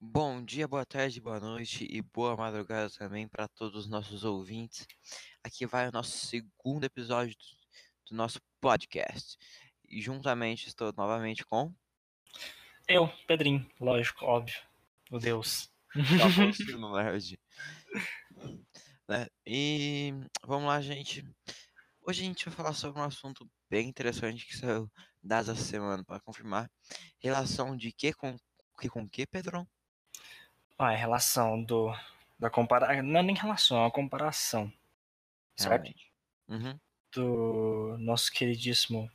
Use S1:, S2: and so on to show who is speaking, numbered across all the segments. S1: Bom dia, boa tarde, boa noite e boa madrugada também para todos os nossos ouvintes. Aqui vai o nosso segundo episódio do, do nosso podcast. E juntamente estou novamente com.
S2: Eu, Pedrinho, lógico, óbvio. O Deus.
S1: Tá nerd. né? E vamos lá, gente. Hoje a gente vai falar sobre um assunto bem interessante que saiu das essa semana para confirmar. Relação de que com que com que, Pedrão?
S2: Ah, é relação do. Da compara... Não é nem relação, é uma comparação. Certo?
S1: Realmente. Uhum.
S2: Do nosso queridíssimo.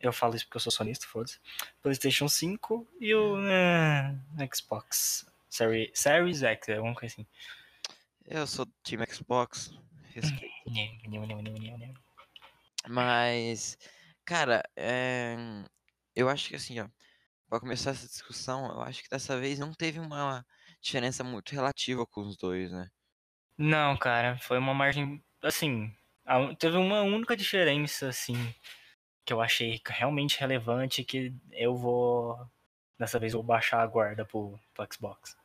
S2: Eu falo isso porque eu sou sonista, foda-se. PlayStation 5 e o. eh, Xbox. Series, Series X, alguma coisa assim.
S1: Eu sou do time Xbox. respeito.
S2: Uhum.
S1: Mas, cara, é, eu acho que assim, ó, pra começar essa discussão, eu acho que dessa vez não teve uma diferença muito relativa com os dois, né?
S2: Não, cara, foi uma margem. Assim, a un- teve uma única diferença, assim, que eu achei realmente relevante que eu vou. Dessa vez eu vou baixar a guarda pro, pro Xbox.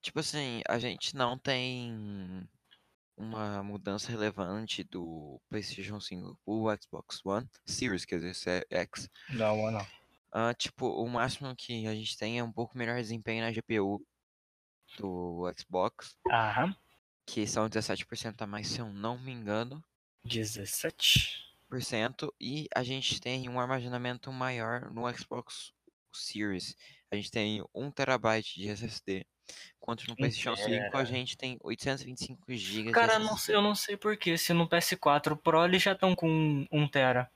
S1: Tipo assim, a gente não tem uma mudança relevante do PlayStation 5 pro Xbox One, Series, quer dizer, se- X.
S2: Não, não.
S1: Ah, tipo, o máximo que a gente tem é um pouco melhor desempenho na GPU do Xbox,
S2: Aham.
S1: que são 17% a mais, se eu não me engano.
S2: 17.
S1: 100%, e a gente tem um armazenamento maior no Xbox Series. A gente tem 1 terabyte de SSD, enquanto no PlayStation 5 a gente tem 825 GB.
S2: Cara, eu não sei, eu não sei porquê. Se no PS4 Pro eles já estão com 1 tera.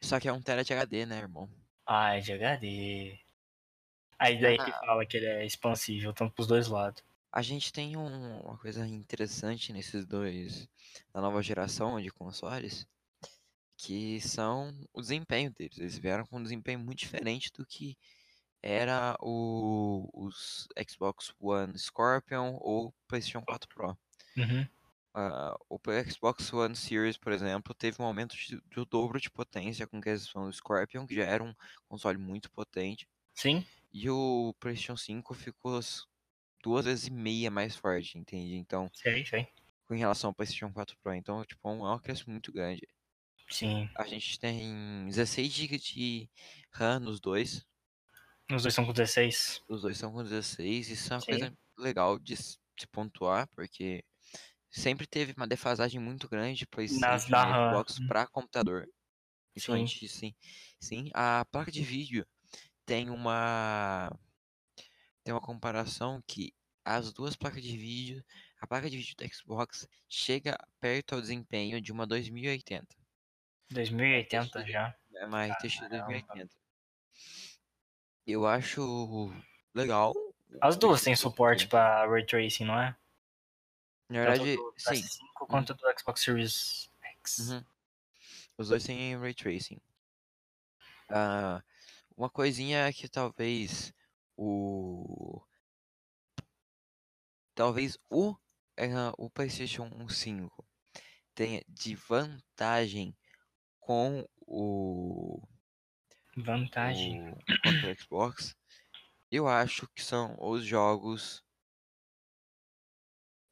S1: Só que é 1 tera de HD, né, irmão?
S2: Ai, de HD. Aí daí que fala que ele é expansível, tanto pros dois lados.
S1: A gente tem um- uma coisa interessante nesses dois da nova geração de consoles, que são o desempenho deles. Eles vieram com um desempenho muito diferente do que era o, os Xbox One Scorpion ou PlayStation 4 Pro.
S2: Uhum.
S1: Ah, o P- Xbox One Series, por exemplo, teve um aumento de- do dobro de potência com a aquisição do Scorpion, que já era um console muito potente,
S2: Sim?
S1: e o PlayStation 5 ficou as duas vezes e meia mais forte, entende? Então,
S2: Sei, sei.
S1: com relação ao PlayStation 4 Pro, então, tipo, é um é um crescimento muito grande.
S2: Sim.
S1: A gente tem 16 GB de RAM nos dois,
S2: Os dois são com 16.
S1: os dois são com 16, isso é uma
S2: Sim.
S1: coisa legal de se se pontuar, porque sempre teve uma defasagem muito grande PlayStation
S2: da
S1: e
S2: RAM,
S1: Xbox
S2: uhum.
S1: para computador. Principalmente sim. Sim, a placa de vídeo tem uma tem uma comparação que as duas placas de vídeo, a placa de vídeo da Xbox chega perto ao desempenho de uma 2080,
S2: 2080 já.
S1: né, uma RTX 2080. Eu acho legal.
S2: As duas
S1: esse
S2: têm
S1: tipo de
S2: suporte
S1: coisa.
S2: pra ray tracing, não é?
S1: Na verdade,
S2: Tanto do
S1: sim.
S2: PS5 quanto do Xbox Series X.
S1: Uhum. Os dois têm ray tracing. Ah, uma coisinha que talvez o. Talvez o, eh, o PlayStation 5 tenha de vantagem com o,
S2: Vantagem.
S1: o, contra o Xbox, eu acho que são os jogos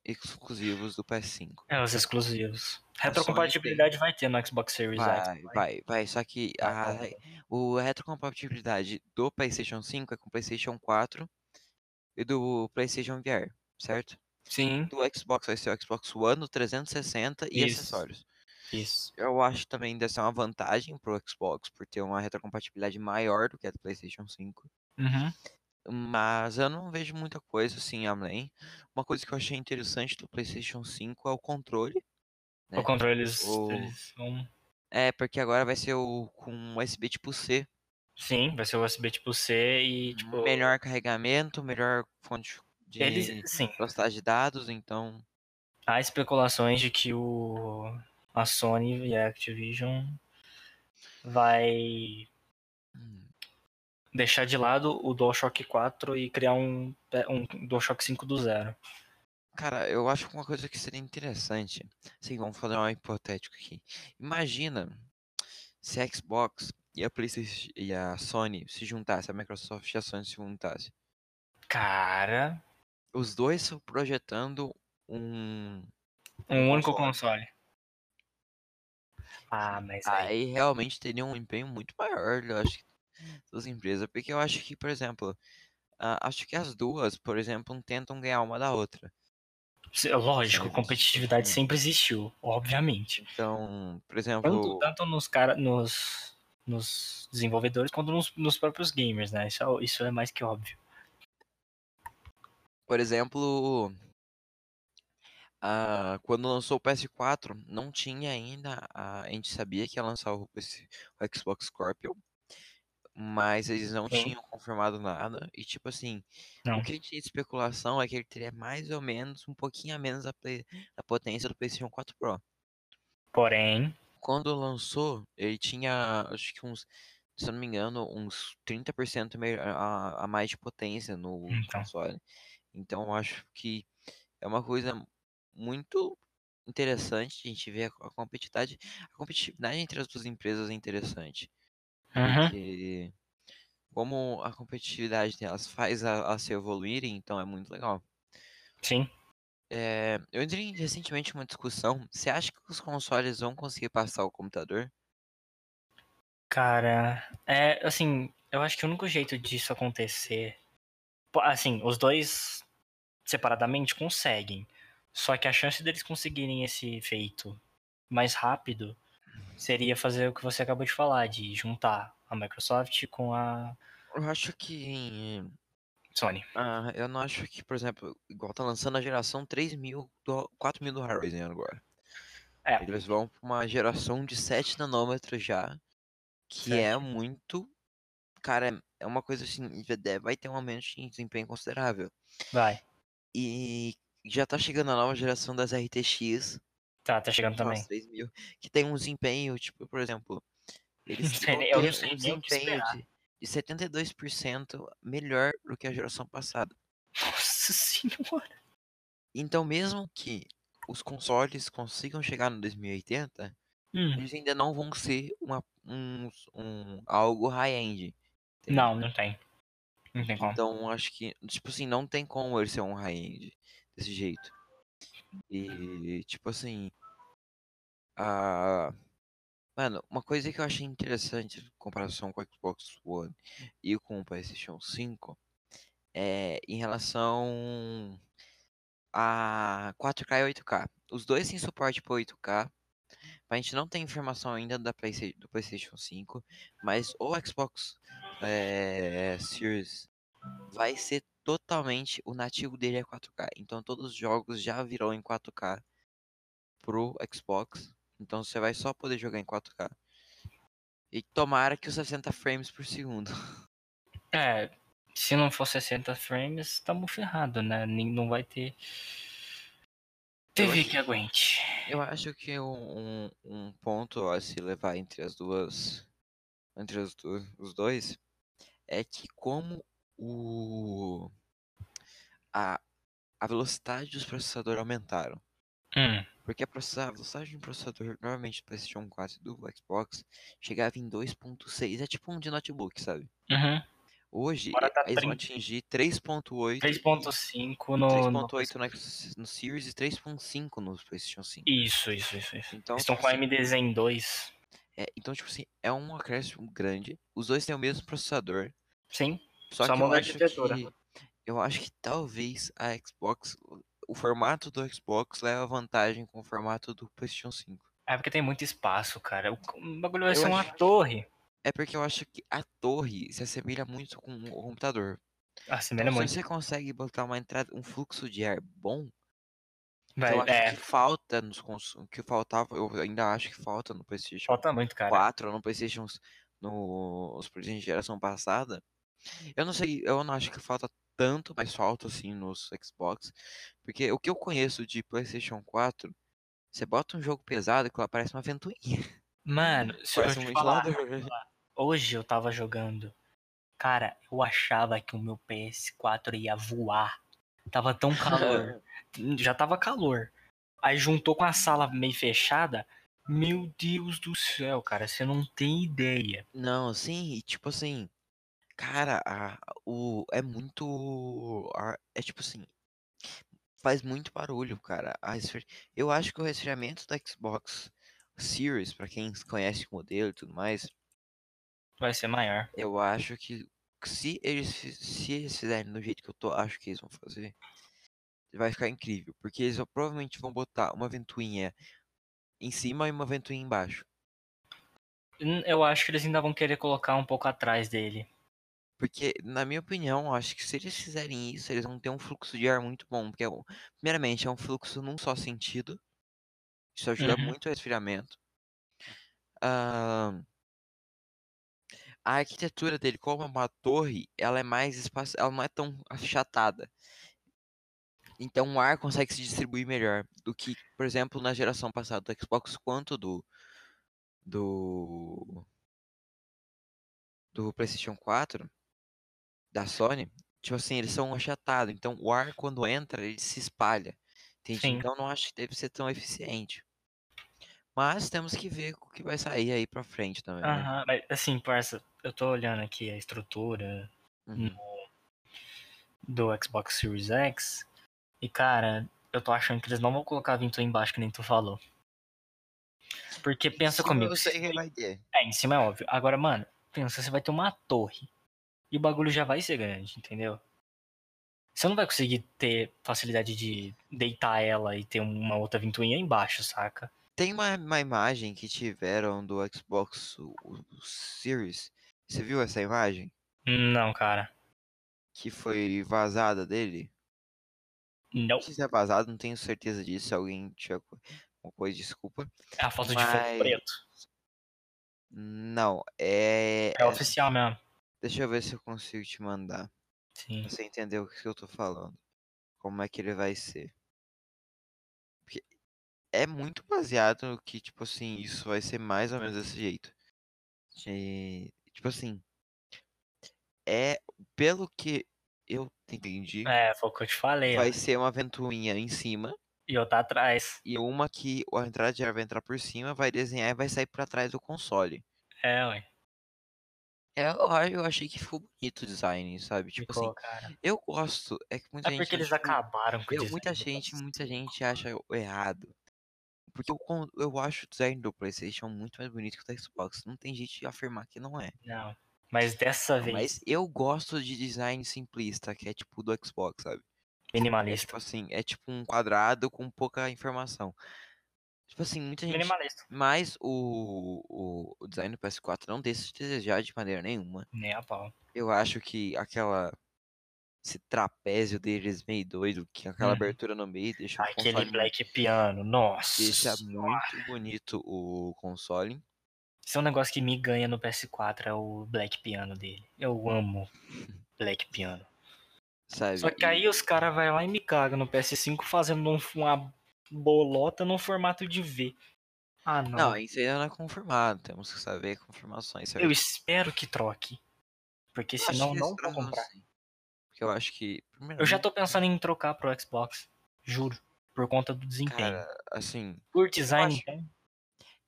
S1: exclusivos do PS5.
S2: É, os exclusivos. Retrocompatibilidade vai ter no Xbox Series X. Ah,
S1: Vai, vai, vai. Só que a,
S2: vai.
S1: o, a retrocompatibilidade do PlayStation 5 é com o PlayStation 4 e do PlayStation VR, certo?
S2: Sim.
S1: do Xbox vai ser o Xbox One, o 360 e
S2: Isso.
S1: acessórios.
S2: Isso.
S1: Eu acho também dessa uma vantagem pro Xbox por ter uma retrocompatibilidade maior do que a do PlayStation 5.
S2: Uhum.
S1: Mas eu não vejo muita coisa assim além. Uma coisa que eu achei interessante do PlayStation 5 é o controle. né?
S2: O controle eles,
S1: O-
S2: eles vão.
S1: É, porque agora vai ser o com USB tipo C.
S2: Sim, vai ser o USB tipo C e tipo.
S1: Melhor carregamento, melhor fonte de
S2: Eles, sim,
S1: velocidade de dados, então.
S2: há especulações de que o a Sony e a Activision vai
S1: hum,
S2: deixar de lado o DualShock 4 e criar um, um DualShock 5 do zero.
S1: Cara, eu acho que uma coisa que seria interessante. Assim, vamos fazer um hipotético aqui. Imagina se a Xbox e a PlayStation e a Sony se juntassem, a Microsoft e a Sony se juntassem.
S2: Cara,
S1: Os dois estão projetando um.
S2: um único console. Ah, mas aí.
S1: Aí realmente teria um empenho muito maior, eu acho, das empresas. Porque eu acho que, por exemplo, ah, acho que as duas, por exemplo, tentam ganhar uma da outra.
S2: se- Lógico,
S1: Sim.
S2: competitividade sempre existiu, obviamente.
S1: Então, por
S2: Tanto,
S1: exemplo,
S2: tanto nos, cara, nos, nos desenvolvedores quanto nos, nos próprios gamers, né? Isso é, isso é mais que óbvio.
S1: por exemplo, ah, quando lançou o PS4, não tinha ainda, a, a gente sabia que ia lançar o, esse- o Xbox Scorpio, mas eles não
S2: Sim.
S1: tinham confirmado nada, e tipo assim,
S2: Não.
S1: o que a gente tinha de especulação é que ele teria mais ou menos, um pouquinho a menos da, play- da potência do PlayStation 4 Pro.
S2: Porém,
S1: quando lançou, ele tinha, acho que uns, se eu não me engano, uns 30% me- a, a mais de potência no
S2: Então.
S1: console. Então, eu acho que é uma coisa muito interessante a gente ver a, a competitividade. A competitividade entre as duas empresas é interessante.
S2: uhum,
S1: Porque como a competitividade delas faz a- elas se evoluírem, então é muito legal.
S2: sim.
S1: É, eu entrei em recentemente em uma discussão. Você acha que os consoles vão conseguir passar o computador?
S2: Cara, é assim, eu acho que o único jeito disso acontecer. po- Assim, os dois separadamente conseguem. Só que a chance deles conseguirem esse feito mais rápido seria fazer o que você acabou de falar, de juntar a Microsoft com a
S1: Eu acho que
S2: Sony.
S1: Ah, eu não acho que, por exemplo, igual tá lançando a geração 3 mil, do, 4 mil do Horizon agora.
S2: É.
S1: Eles vão pra uma geração de 7 nanômetros já, que é
S2: Certo.
S1: muito. Cara, é uma coisa assim, já deve- vai ter um aumento de desempenho considerável.
S2: Vai.
S1: E já tá chegando a nova geração das RTX,
S2: Tá, tá chegando também.
S1: as 3000, que tem um desempenho, tipo, por exemplo, eles
S2: sei
S1: vão
S2: nem- eu não
S1: ter
S2: sei
S1: um
S2: nem o que
S1: desempenho de, de 72% melhor do que a geração passada.
S2: Nossa senhora.
S1: Então, mesmo que os consoles consigam chegar no 2080,
S2: Hum,
S1: eles ainda não vão ser uma, um, um- algo high-end. entende?
S2: Não, não tem. Não tem como.
S1: Então, acho que, tipo assim, não tem como ele ser um high-end desse jeito. E, tipo assim, a... Mano, uma coisa que eu achei interessante em comparação com o Xbox One e com o PlayStation 5 é em relação a 4K e 8K. Os dois têm suporte para 8K. A gente não tem informação ainda da Playsta- do PlayStation 5, mas o Xbox eh, Series vai ser totalmente o nativo dele é 4K. Então todos os jogos já virão em 4K pro Xbox. Então você vai só poder jogar em 4K. E tomara que os 60 frames por segundo.
S2: É, se não for 60 frames, tamo ferrado, né? Nem- Não vai ter TV
S1: acho-
S2: que aguente.
S1: Eu acho que um, um- um ponto a se levar entre as duas, entre as duas, os dois, é que como o a, a velocidade dos processadores aumentaram,
S2: Hum,
S1: porque a, processa- a velocidade de um processador normalmente do PlayStation 4 e do Xbox chegava em 2.6, é tipo um de notebook, sabe?
S2: uhum.
S1: Hoje eh,
S2: Agora tá
S1: eles vão
S2: 30.
S1: atingir 3.8,
S2: 3.5 no, no-
S1: 3.8 no, X- no Series e 3.5 no PlayStation 5.
S2: Isso, isso, isso, isso.
S1: Então,
S2: Estão
S1: tipo
S2: com a
S1: assim,
S2: AMD Zen 2.
S1: É, então, tipo assim, é um acréscimo grande. Os dois têm o mesmo processador.
S2: Sim,
S1: Só,
S2: Só
S1: que eu
S2: muda a
S1: acho
S2: arquitetura.
S1: que. Eu acho que talvez a Xbox. O formato do Xbox leva vantagem com o formato do PlayStation 5.
S2: é porque tem muito espaço, cara. O o bagulho vai
S1: Eu
S2: ser uma
S1: acho-
S2: torre.
S1: É porque eu acho que a torre se assemelha muito com o computador.
S2: Assemelha
S1: Então, se
S2: Ah, muito.
S1: você consegue botar uma entrada, um fluxo de ar bom, que
S2: Vai,
S1: assim, eu acho
S2: é,
S1: que falta nos cons... que faltava, eu ainda acho que falta no PlayStation
S2: falta muito, cara.
S1: 4, no PlayStation no os PlayStation de geração passada. Eu não sei, eu não acho que falta tanto, mas falta assim nos Xbox, porque o que eu conheço de PlayStation 4, você bota um jogo pesado que aparece uma ventoinha,
S2: Mano, se eu
S1: parece um
S2: te falar,
S1: ventilador.
S2: hoje eu tava jogando. Cara, eu achava que o meu PS4 ia voar. Tava tão calor. já tava calor. Aí juntou com a sala meio fechada. Meu Deus do céu, cara, você não tem ideia.
S1: Não, sim, e tipo assim, Cara, a- o, é muito. a- é tipo assim. Faz muito barulho, cara. a resfri- Eu acho que o resfriamento da Xbox Series, pra quem conhece o modelo e tudo mais,
S2: Vai ser maior.
S1: eu acho que se eles, fi- se eles fizerem do jeito que eu tô, acho que eles vão fazer, vai ficar incrível. Porque eles vão- provavelmente vão botar uma ventoinha em cima e uma ventoinha embaixo.
S2: Hum, Eu acho que eles ainda vão querer colocar um pouco atrás dele.
S1: Porque, na minha opinião, acho que se eles fizerem isso, eles vão ter um fluxo de ar muito bom. Porque, é um- primeiramente, é um fluxo num só sentido. Isso ajuda
S2: Uhum.
S1: muito o resfriamento. Ahn, a arquitetura dele, como é uma torre, ela é mais espaço, ela não é tão achatada. Então o ar consegue se distribuir melhor do que, por exemplo, na geração passada do Xbox quanto do do do PlayStation 4 da Sony. Tipo assim, eles são achatados, então o ar quando entra, ele se espalha. Entende?
S2: Sim.
S1: Então não acho que deve ser tão eficiente. Mas temos que ver o que vai sair aí pra frente também. né?
S2: Aham, mas assim, parça, eu tô olhando aqui a estrutura
S1: Uhum.
S2: do Xbox Series X. E, cara, eu tô achando que eles não vão colocar vinto aí embaixo, que nem tu falou. Porque pensa
S1: Sim,
S2: comigo.
S1: Eu sei que vai ter.
S2: É, em cima é óbvio. Agora, mano, pensa, você vai ter uma torre. E o bagulho já vai ser grande, entendeu? Você não vai conseguir ter facilidade de deitar ela e ter uma outra ventoinha embaixo, saca?
S1: Tem uma, uma imagem que tiveram do Xbox o- o Series. Você viu essa imagem?
S2: Não, cara.
S1: Que foi vazada dele?
S2: Não.
S1: Não sei se é vazado, não tenho certeza disso. Se alguém tiver co- alguma coisa, desculpa.
S2: É a foto de fogo
S1: Mas-
S2: preto.
S1: Não, é.
S2: É
S1: é-
S2: oficial mesmo.
S1: Deixa eu ver se eu consigo te mandar.
S2: Sim.
S1: Pra você entender o que eu tô falando. Como é que ele vai ser. Porque é muito baseado no que, tipo assim, isso vai ser mais ou menos desse jeito. De- Tipo assim. É pelo que eu entendi.
S2: É, foi o que eu te falei. ó.
S1: Vai ser uma ventoinha em cima
S2: E eu tá atrás.
S1: e uma que a entrada de ar vai entrar por cima, vai desenhar e vai sair pra trás do console.
S2: É, ué.
S1: É, eu, a- eu achei que ficou bonito o design, sabe? Tipo
S2: Ficou,
S1: assim,
S2: cara.
S1: eu gosto. É que muita
S2: É
S1: gente.
S2: porque eles
S1: acha-
S2: acabaram com assim, o
S1: eu-
S2: design.
S1: muita
S2: do
S1: gente,
S2: Xbox.
S1: muita gente acha o- errado. Porque eu, con- eu acho o design do PlayStation muito mais bonito que o do Xbox. Não tem gente afirmar que não é.
S2: Não. Mas dessa
S1: Não,
S2: vez,
S1: Mas tipo, eu gosto de design simplista, que é tipo do Xbox, sabe? É
S2: minimalista.
S1: tipo assim, é tipo um quadrado com pouca informação. Tipo assim, muita gente.
S2: Minimalista.
S1: Mas o, o, o design do PS4 não deixa de desejar de maneira nenhuma.
S2: Nem a pau.
S1: Eu acho que aquela. Esse trapézio deles meio doido, que aquela
S2: Uhum.
S1: abertura no meio deixa o
S2: Aquele
S1: console.
S2: black piano, nossa.
S1: Deixa muito bonito o console.
S2: Esse é um negócio que me ganha no PS4, é o black piano dele. Eu amo black piano.
S1: Sabe?
S2: Só que
S1: E-
S2: aí os caras vai lá e me cagam no PS5 fazendo um- uma bolota num formato de V. Ah, não.
S1: Não, isso ainda não é confirmado. Temos que saber confirmações. certas.
S2: Eu espero que troque. Porque
S1: Eu acho
S2: senão
S1: que
S2: não
S1: esse
S2: vou
S1: não
S2: comprar.
S1: sei, Porque eu acho que.
S2: Eu
S1: Uhum.
S2: já tô pensando em trocar pro Xbox. Juro. Por conta do desempenho.
S1: Cara, assim.
S2: por
S1: eu
S2: design,
S1: acho-
S2: então.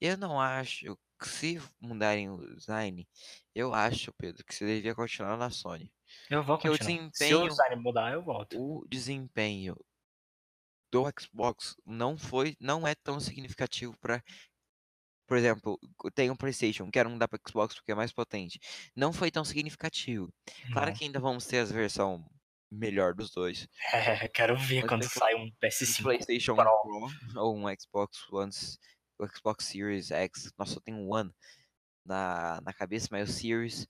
S1: Eu não acho que se mudarem o design, eu acho, Pedro, que você devia continuar na Sony.
S2: então, Eu vou
S1: Porque o
S2: continuar. Se o
S1: desempenho-
S2: design mudar, eu volto.
S1: O desempenho do Xbox não foi, não é tão significativo para, por exemplo, eu tenho um PlayStation, quero mudar para Xbox porque é mais potente. Não foi tão significativo. Claro
S2: Não.
S1: que ainda vamos ter as versão melhor dos dois.
S2: É, quero ver
S1: Mas
S2: quando
S1: tem que-
S2: sai um
S1: Um
S2: PS5.
S1: PlayStation
S2: Pro.
S1: Pro ou um Xbox One, S- o Xbox Series X, nossa, eu tenho um One na, na cabeça, mas o Series,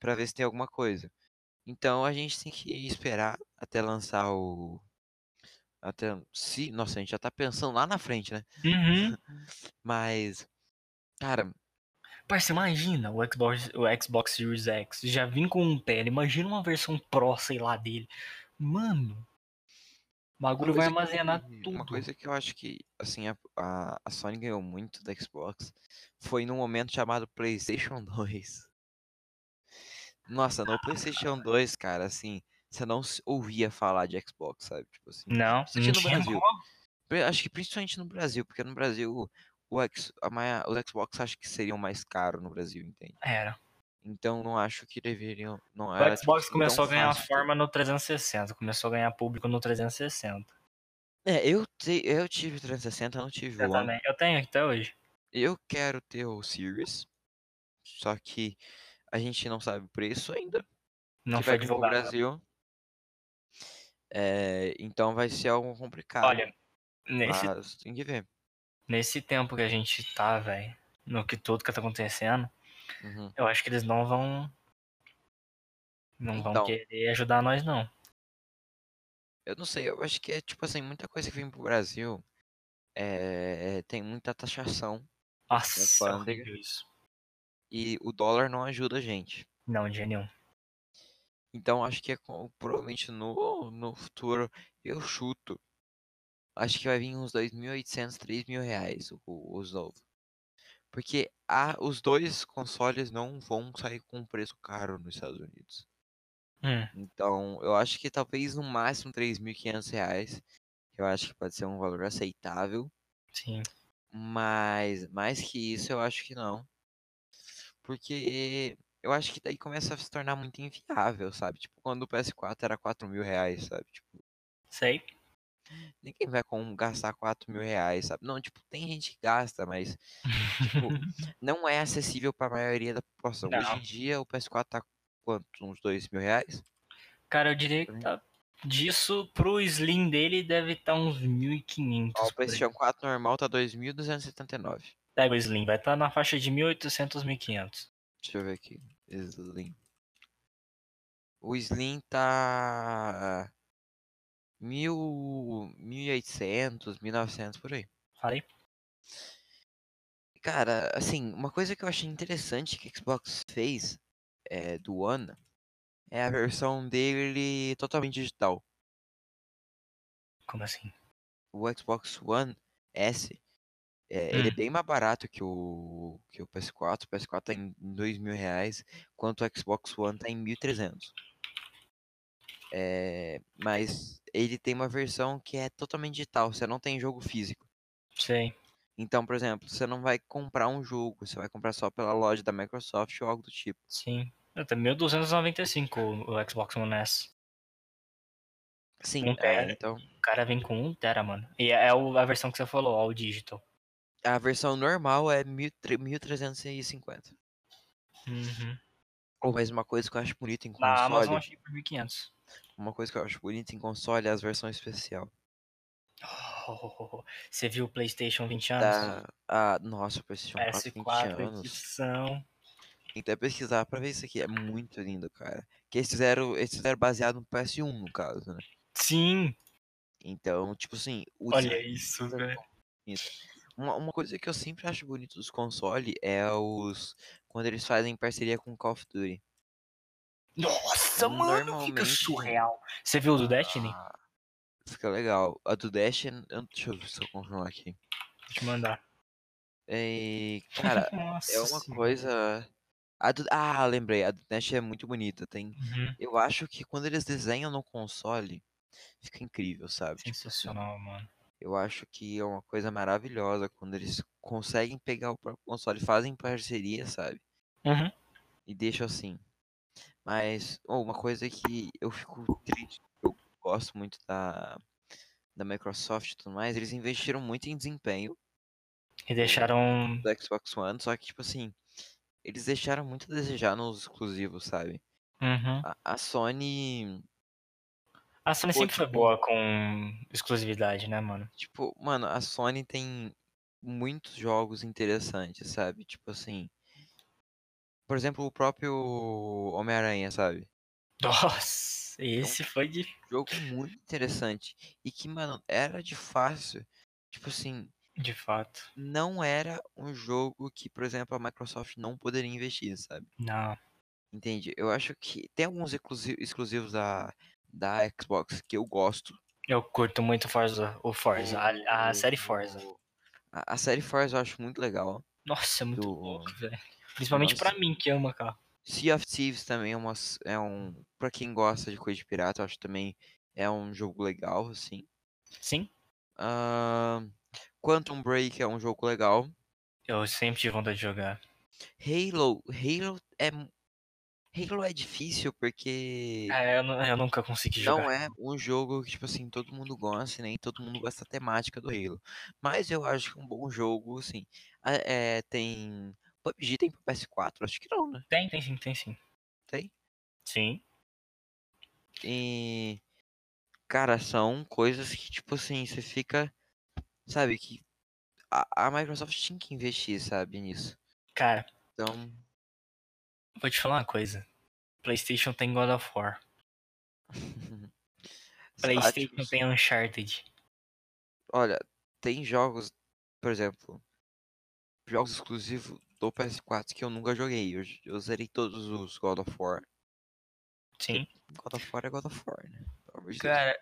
S1: para ver se tem alguma coisa. Então a gente tem que esperar até lançar o. Até, se, nossa, a gente já tá pensando lá na frente, né?
S2: Uhum.
S1: Mas, cara,
S2: Parça, imagina o Xbox, o Xbox Series X. Já vim com um tele. Imagina uma versão Pro, sei lá, dele. Mano. O bagulho
S1: coisa que-
S2: vai
S1: um,
S2: armazenar
S1: Uma
S2: tudo.
S1: coisa que eu acho que, assim, a, a, a Sony ganhou muito da Xbox foi num momento chamado PlayStation 2. Nossa, no PlayStation 2, cara, assim, você não se ouvia falar de Xbox, sabe? Tipo assim,
S2: Não,
S1: Isso aqui
S2: não
S1: no
S2: tinha
S1: Brasil.
S2: como.
S1: pri- acho que principalmente no Brasil, porque no Brasil o, X, a maia- os Xbox acho que seriam mais caros no Brasil, entende?
S2: Era.
S1: Então não acho que deveriam. Não
S2: O
S1: era,
S2: Xbox
S1: tipo, assim,
S2: começou a
S1: tão
S2: ganhar
S1: fácil.
S2: forma no 360, começou a ganhar público no 360.
S1: É, eu, te, eu tive 360, eu não tive
S2: Eu
S1: o One.
S2: também. Eu tenho até hoje.
S1: Eu quero ter o Series, só que a gente não sabe o preço ainda.
S2: Não né?
S1: que vai
S2: foi
S1: vir pro
S2: divulgado.
S1: Brasil. É, então vai ser algo complicado.
S2: Olha, nesse,
S1: Mas tem que ver.
S2: nesse tempo que a gente tá, velho, no que tudo que tá acontecendo,
S1: Uhum.
S2: eu acho que eles não vão. Não vão
S1: Então.
S2: querer ajudar nós, não.
S1: Eu não sei, eu acho que é tipo assim, muita coisa que vem pro Brasil é, tem muita taxação
S2: Nossa, é
S1: Alfândega.
S2: horrível isso.
S1: e o dólar não ajuda a gente.
S2: Não, de jeito nenhum.
S1: Então acho que é com- provavelmente no, no futuro eu chuto. Acho que vai vir uns 2.800, 3.000 reais o- o- os novos. Porque a, os dois consoles não vão sair com preço caro nos Estados Unidos.
S2: Hum,
S1: Então eu acho que talvez no máximo 3.500 reais. Eu acho que pode ser um valor aceitável.
S2: sim.
S1: Mas mais que isso eu acho que não. Porque eu acho que daí começa a se tornar muito inviável, sabe? Tipo, quando o PS4 era 4 mil reais, sabe? Tipo,
S2: Sei.
S1: ninguém vai com, gastar 4 mil reais, sabe? Não, tipo, tem gente que gasta, mas tipo, não é acessível pra maioria da população. Hoje
S2: Não.
S1: em dia o PS4 tá quanto? Uns 2 mil reais?
S2: Cara, eu diria que
S1: Porém.
S2: tá. Disso pro Slim dele deve estar uns 1.500.
S1: Ó, o
S2: por aí.
S1: PlayStation 4 normal tá 2.279.
S2: Pega o Slim, vai estar na faixa de 1.800, 1.500.
S1: Deixa eu ver aqui. Slim. O Slim tá. 1000, 1800, 1900 por aí.
S2: Falei?
S1: Cara, assim, uma coisa que eu achei interessante que a Xbox fez é, do One é a versão dele totalmente digital.
S2: Como assim?
S1: O Xbox One S é, ele é
S2: Hum.
S1: bem mais barato que o, que o PS4. O PS4 tá em dois mil reais, enquanto o Xbox One tá em 1.300. É, mas ele tem uma versão que é totalmente digital, você não tem jogo físico.
S2: Sei.
S1: Então, por exemplo, você não vai comprar um jogo, você vai comprar só pela loja da Microsoft ou algo do tipo.
S2: Sim. Até 1.295 o, o Xbox One S.
S1: Sim,
S2: Não
S1: é,
S2: tem. né?
S1: então.
S2: O cara vem com 1 tera, mano. E é o- a versão que você falou, ó, o digital.
S1: A versão normal é 1.350.
S2: Uhum.
S1: Ou mais uma coisa que eu acho bonita em
S2: Na Amazon
S1: console.
S2: achei por 1.500.
S1: Uma coisa que eu acho bonita em console é as versões especial.
S2: Oh, oh, oh, oh. Você viu o PlayStation 20 anos?
S1: da a, nossa, o PlayStation 4 tem 20
S2: PS4
S1: um anos.
S2: edição.
S1: Tem que até pesquisar pra ver isso aqui. É muito lindo, cara. Que eles fizeram, eles fizeram baseado no PS1, no caso, né?
S2: Sim.
S1: Então, tipo assim, o
S2: Olha
S1: design
S2: isso,
S1: é
S2: velho.
S1: bonito. Uma, uma coisa que eu sempre acho bonito dos consoles é os. Quando eles fazem parceria com Call of Duty.
S2: Nossa, mano, fica
S1: Normalmente-
S2: surreal. Você viu o do Destiny?
S1: Ah, fica legal. A do Dash. é- eu- Deixa eu ver se eu confirmar aqui.
S2: Vou te mandar.
S1: É, cara,
S2: Nossa
S1: é uma
S2: senhora.
S1: coisa. a do- ah, lembrei. A do Dash é muito bonita. Tem
S2: Uhum.
S1: Eu acho que quando eles desenham no console, fica incrível, sabe? Tipo assim,
S2: Sensacional, mano.
S1: eu acho que é uma coisa maravilhosa quando eles conseguem pegar o próprio console, fazem parceria, sabe?
S2: Uhum.
S1: E deixam assim. Mas, ou uma coisa que eu fico triste, eu gosto muito da, da Microsoft e tudo mais, eles investiram muito em desempenho
S2: E deixaram.
S1: do Xbox One, só que, tipo assim, eles deixaram muito a desejar nos exclusivos, sabe?
S2: Uhum.
S1: A, a Sony,
S2: A Sony
S1: Pô,
S2: sempre foi
S1: tipo-
S2: boa com exclusividade, né, mano?
S1: Tipo, mano, a Sony tem muitos jogos interessantes, sabe? Tipo assim. Por exemplo, o próprio Homem-Aranha, sabe?
S2: Nossa,
S1: Então
S2: esse foi de.
S1: Jogo
S2: Uhum.
S1: muito interessante. E que, mano, era de fácil. Tipo assim,
S2: De fato.
S1: não era um jogo que, por exemplo, a Microsoft não poderia investir, sabe?
S2: Não.
S1: Entende? Eu acho que tem alguns exclusi- exclusivos da, da Xbox que eu gosto.
S2: Eu curto muito Forza, o Forza,
S1: Hum,
S2: a, a série Forza.
S1: A, a série Forza eu acho muito legal.
S2: Nossa, é muito
S1: Do-
S2: louco, velho. Principalmente pra mim que ama carro.
S1: Sea of Thieves também é, uma, s- é um. Pra quem gosta de coisa de pirata, eu acho também é um jogo legal, assim.
S2: Sim,
S1: Ahn, Quantum Break é um jogo legal.
S2: eu sempre tive vontade de jogar.
S1: Halo. Halo é. mu- Halo é difícil porque
S2: É, eu, nu- eu nunca consegui jogar.
S1: não é um jogo que, tipo assim, todo mundo gosta, nem todo mundo gosta da temática do Halo. Mas eu acho que é um bom jogo, assim. a- é, tem. PUBG tem pro PS4? Acho que não, né?
S2: Tem, tem sim, tem sim.
S1: Tem?
S2: Sim.
S1: E. Cara, são coisas que, tipo assim, você fica. Sabe, que. A, a Microsoft tinha que investir, sabe, nisso.
S2: Cara,
S1: Então.
S2: vou te falar uma coisa. PlayStation tem God of War.
S1: sei lá, tipo,
S2: PlayStation tem Uncharted.
S1: Olha, tem jogos, por exemplo, jogos exclusivos do PS4 que eu nunca joguei. Eu, j- eu zerei todos os God of War.
S2: Sim.
S1: God of War é God of War, né? Pelo amor de Deus.
S2: Cara,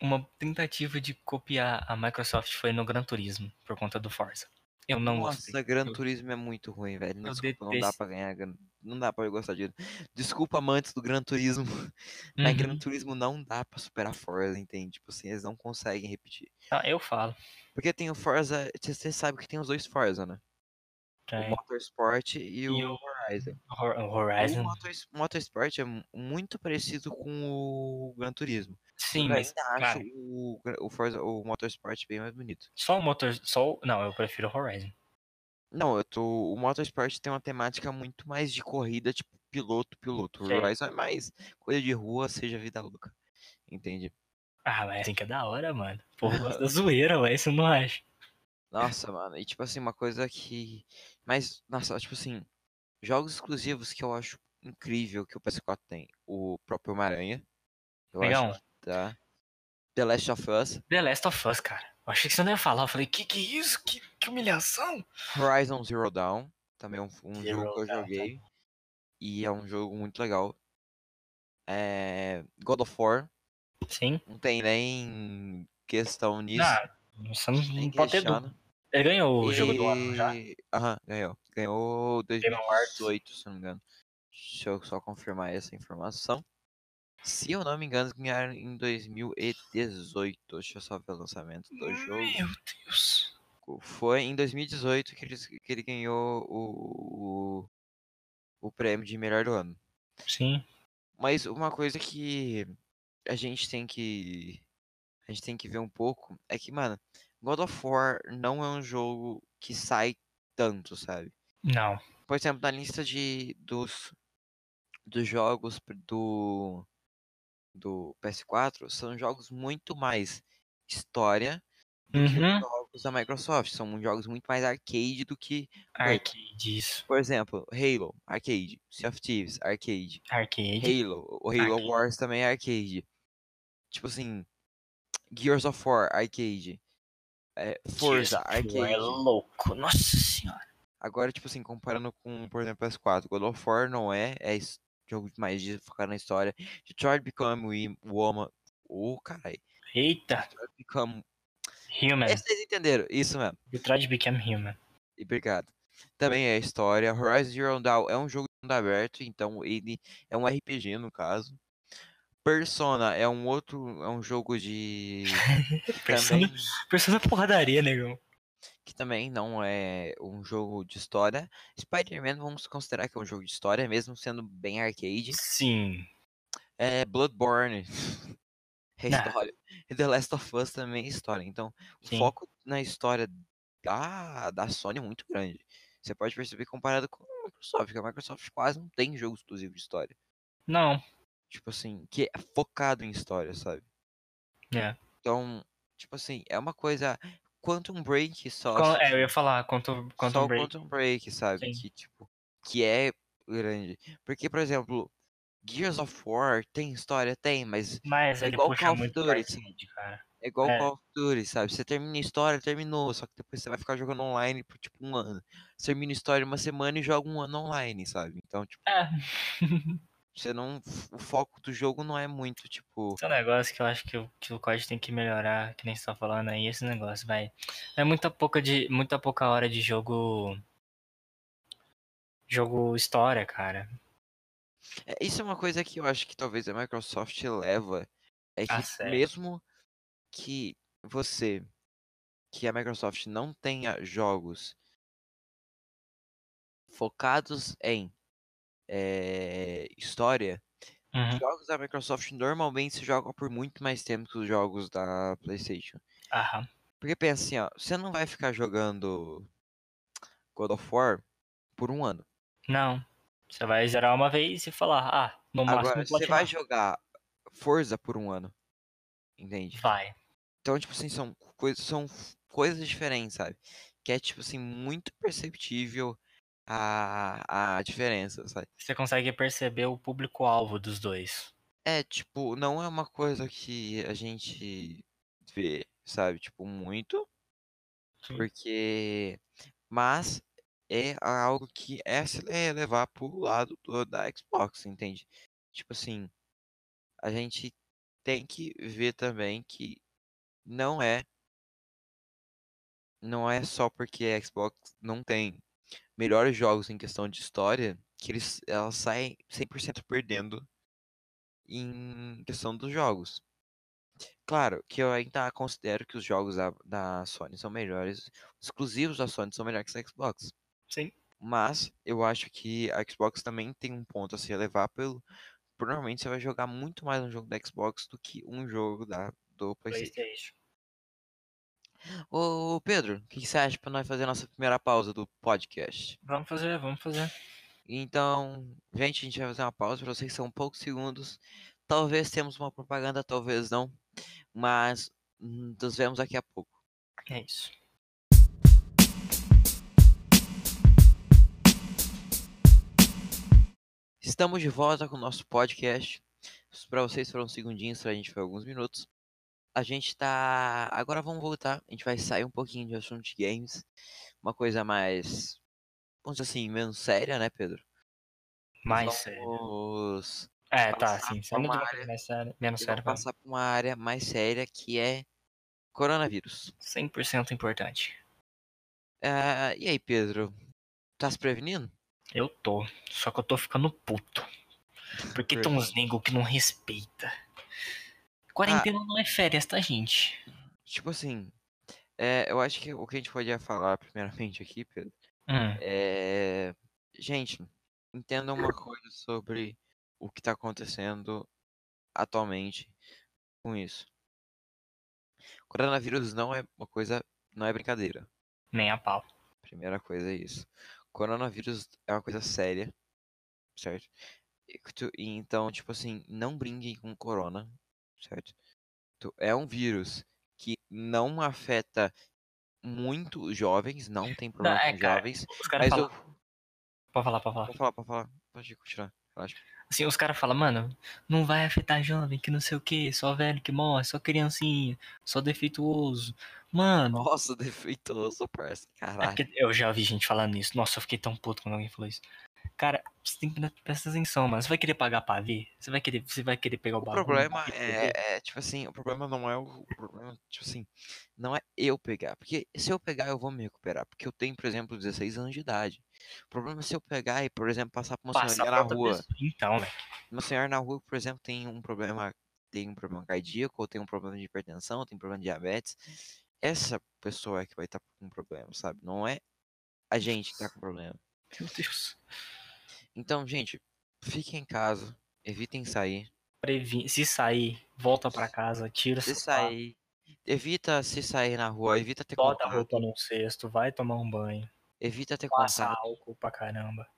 S2: uma tentativa de copiar a Microsoft foi no Gran Turismo, por conta do Forza. Eu não gostei.
S1: Nossa, Gran
S2: Eu-
S1: Turismo é muito ruim, velho.
S2: eu
S1: Desculpa, não dá
S2: detesto.
S1: pra ganhar. Gran- Não dá pra gostar de. Desculpa, amantes do Gran Turismo. Mas Gran
S2: Uhum.
S1: Turismo não dá pra superar Forza, entende? Tipo assim, eles não conseguem repetir.
S2: Ah, eu falo.
S1: Porque tem o Forza. Você sabe que tem os dois Forza, né? O
S2: Tem.
S1: Motorsport e
S2: É. E
S1: o
S2: o
S1: Horizon.
S2: Hor- o
S1: O
S2: Horizon.
S1: motors- Motorsport é mu- muito parecido com o Gran Turismo.
S2: Sim,
S1: eu
S2: mas
S1: ainda acho
S2: cara,
S1: o, Gra- o, Forza- o Motorsport bem mais bonito.
S2: só o motor. Só o... Não, eu prefiro o Horizon.
S1: Não, eu tô, o Motorsport tem uma temática muito mais de corrida, tipo piloto, piloto. O
S2: Sei.
S1: Horizon é mais coisa de rua, seja vida louca. Entende?
S2: Ah, mas assim que é da hora, mano. O povo gosta da zoeira, ué, isso eu não acha.
S1: Nossa, mano, e tipo assim, uma coisa que. Mas, nossa, tipo assim, jogos exclusivos que eu acho incrível que o PS4 tem. O próprio Homem-Aranha. Eu
S2: Legal.
S1: acho. Tá. The Last of Us.
S2: The Last of Us, cara. Eu achei que você não ia falar. Eu falei, que que é isso? Que, que humilhação.
S1: Horizon Zero Dawn, também é um, um
S2: Zero
S1: jogo que eu
S2: Dawn, tá.
S1: joguei e é um jogo muito legal. É, God of War,
S2: Sim.
S1: não tem nem questão nisso.
S2: Ah, você não, não
S1: nem
S2: pode ter
S1: queixar,
S2: dúvida.
S1: né?
S2: Ele ganhou o jogo do ano já. um
S1: E- Aham, ganhou. Ganhou
S2: Game Awards.
S1: 2018, se eu não me engano. Deixa eu só confirmar essa informação. Se eu não me engano, ganharam em 2018. Deixa eu só ver o lançamento do jogo.
S2: Meu Deus.
S1: Foi em 2018 que ele, que ele ganhou o, o, o prêmio de melhor do ano.
S2: Sim.
S1: Mas uma coisa que a gente tem que. A gente tem que ver um pouco é que, mano, God of War não é um jogo que sai tanto, sabe?
S2: Não.
S1: Por exemplo, na lista de, dos, dos jogos pr- do, do PS4, são jogos muito mais história do que
S2: Uhum.
S1: jogos da Microsoft. São jogos muito mais arcade do que
S2: Arcade, isso.
S1: por exemplo, Halo, arcade. Sea of Thieves, arcade.
S2: Arcade.
S1: Halo, o Halo
S2: Arcade.
S1: Wars também é arcade. Tipo assim, Gears of War, arcade. É, Forza,
S2: Jesus, É
S1: arcade.
S2: louco. Nossa senhora.
S1: Agora, tipo assim, comparando com, por exemplo, PS4, God of War não é, é his- jogo mais de focar na história. Detroit Become Wi- Woman. Ô, carai.
S2: Eita.
S1: Detroit Become.
S2: Human.
S1: É, vocês entenderam, isso mesmo.
S2: Detroit Become Human.
S1: E obrigado. Também é história. Horizon Zero Dawn é um jogo de mundo aberto, então ele é um RPG no caso. Persona é um outro, é um jogo de que
S2: Persona-
S1: também
S2: Persona porradaria, negão.
S1: que também não é um jogo de história. Spider-Man vamos considerar que é um jogo de história, mesmo sendo bem arcade.
S2: Sim.
S1: É Bloodborne. É
S2: Ah.
S1: história. E The Last of Us também é história. Então, o
S2: Sim.
S1: foco na história da, da Sony é muito grande. Você pode perceber comparado com a Microsoft, que a Microsoft quase não tem jogo exclusivo de história.
S2: Não.
S1: Tipo assim, que é focado em história, sabe?
S2: É.
S1: Então, tipo assim, é uma coisa. Quantum Break só.
S2: Con-
S1: só
S2: é, eu ia falar Quantum,
S1: só
S2: Quantum
S1: o
S2: Break.
S1: Quantum Break, sabe?
S2: Sim.
S1: Que, tipo, que é grande. Porque, por exemplo, Gears of War tem história? Tem, mas
S2: Mas
S1: É
S2: ele
S1: igual Call
S2: puxa
S1: of
S2: muito
S1: Duty,
S2: arcade, cara.
S1: é igual
S2: É.
S1: Call of Duty, sabe? Você termina a história, terminou. Só que depois você vai ficar jogando online por, tipo, um ano. Você termina a história uma semana e joga um ano online, sabe? Então, tipo,
S2: É.
S1: você não. O foco do jogo não é muito, tipo.
S2: Esse é um negócio que eu acho que, o- que o código tem que melhorar, que nem você tá falando aí, esse negócio, vai. É muita pouca, de, muita pouca hora de jogo. Jogo história, cara.
S1: É, isso é uma coisa que eu acho que talvez a Microsoft leva. É que
S2: Ah, sério?
S1: mesmo que você, que a Microsoft não tenha jogos focados em é, história,
S2: Uhum.
S1: jogos da Microsoft normalmente se jogam por muito mais tempo que os jogos da PlayStation.
S2: Aham.
S1: Porque pensa assim, ó, você não vai ficar jogando God of War por um ano.
S2: Não. Você vai zerar uma vez e falar, ah, no máximo
S1: Agora, você vai
S2: platinar.
S1: jogar Forza por um ano. Entende?
S2: Vai.
S1: Então, tipo assim, são, coi são f- coisas diferentes, sabe? Que é, tipo assim, muito perceptível a, a diferença, sabe?
S2: Você consegue perceber o público-alvo dos dois.
S1: É, tipo, não é uma coisa que a gente vê, sabe? Tipo, muito.
S2: Sim.
S1: Porque. Mas é algo que é se le- levar pro lado do- da Xbox, entende? Tipo assim, a gente tem que ver também que não é. Não é só porque a Xbox não tem melhores jogos em questão de história que eles, elas saem 100% perdendo em questão dos jogos. Claro que eu ainda considero que os jogos da, da Sony são melhores, exclusivos da Sony são melhores que a Xbox.
S2: Sim.
S1: Mas eu acho que a Xbox também tem um ponto a se levar pelo. Provavelmente você vai jogar muito mais um jogo da Xbox do que um jogo da, do PlayStation.
S2: PlayStation.
S1: Ô Pedro, o que que você acha pra nós fazer a nossa primeira pausa do podcast?
S2: Vamos fazer, vamos fazer.
S1: Então, gente, a gente vai fazer uma pausa para vocês que são poucos segundos. Talvez temos uma propaganda, talvez não. Mas hum, nos vemos daqui a pouco.
S2: É isso.
S1: Estamos de volta com o nosso podcast. Para vocês foram segundinhos, pra gente foi alguns minutos. A gente tá. Agora vamos voltar. A gente vai sair um pouquinho de assunto de games. Uma coisa mais. Vamos dizer assim, menos séria, né, Pedro?
S2: Mais
S1: Vamos um
S2: sério.
S1: vamos
S2: É, tá,
S1: passar
S2: sim.
S1: pra
S2: Saindo de
S1: uma
S2: uma
S1: área-
S2: coisa mais séria, né? menos
S1: e
S2: séria,
S1: vamos
S2: vamos.
S1: passar para uma área mais séria que é coronavírus.
S2: 100% importante.
S1: Ah, e aí, Pedro? Tá se prevenindo?
S2: Eu tô. Só que eu tô ficando puto. Porque
S1: Por Ah.
S2: tem uns nego que não respeita. Quarentena não é férias, tá, gente?
S1: Tipo assim, é, eu acho que o que a gente podia falar primeiramente aqui, Pedro.
S2: Hum,
S1: É... Gente, entenda uma coisa sobre o que está acontecendo atualmente com isso. Coronavírus não é uma coisa, não é brincadeira.
S2: nem a pau.
S1: Primeira coisa é isso. Coronavírus é uma coisa séria, certo? E que tu- e Então, tipo assim, não brinquem com corona, certo? Tu- É um vírus que não afeta muito os jovens, não tem problema
S2: é,
S1: com
S2: cara,
S1: jovens.
S2: Os
S1: Mas
S2: caras falam.
S1: eu
S2: Pode falar, pode falar.
S1: Pode falar, pode falar. Pode continuar. relaxa.
S2: Assim, os caras falam, mano, não vai afetar jovem, que não sei o que, só velho que morre, só criancinha, só defeituoso. Mano,
S1: Nossa, defeituoso, parça.
S2: é
S1: Caralho.
S2: porque eu já ouvi gente falando isso. Nossa, eu fiquei tão puto quando alguém falou isso. Cara, você tem que prestar atenção, mano. Você vai querer pagar pra ver? Você vai querer, você vai querer pegar o
S1: O
S2: bagulho?
S1: problema
S2: pra ver?
S1: é, é, tipo assim, o problema não é o, o problema, tipo assim, não é eu pegar, porque se eu pegar eu vou me recuperar, porque eu tenho, por exemplo, 16 anos de idade. O problema é se eu pegar e, por exemplo, passar por uma
S2: Passar
S1: senhorinha
S2: pra
S1: na
S2: outra
S1: rua.
S2: pessoa. Então, né?
S1: Uma senhora na rua, por exemplo, tem um problema, tem um problema cardíaco, ou tem um problema de hipertensão, tem um problema de diabetes. Essa pessoa é que vai estar com problema, sabe? Não é a gente que tá com problema.
S2: Meu Deus.
S1: Então, gente, fiquem em casa, evitem sair.
S2: Previ... Se sair, volta pra casa, tira
S1: Se
S2: o celular,
S1: sair, evita se sair na rua, evita ter
S2: bota a
S1: contato,
S2: roupa num cesto, vai tomar um banho,
S1: evita ter
S2: passa
S1: contato.
S2: álcool pra caramba.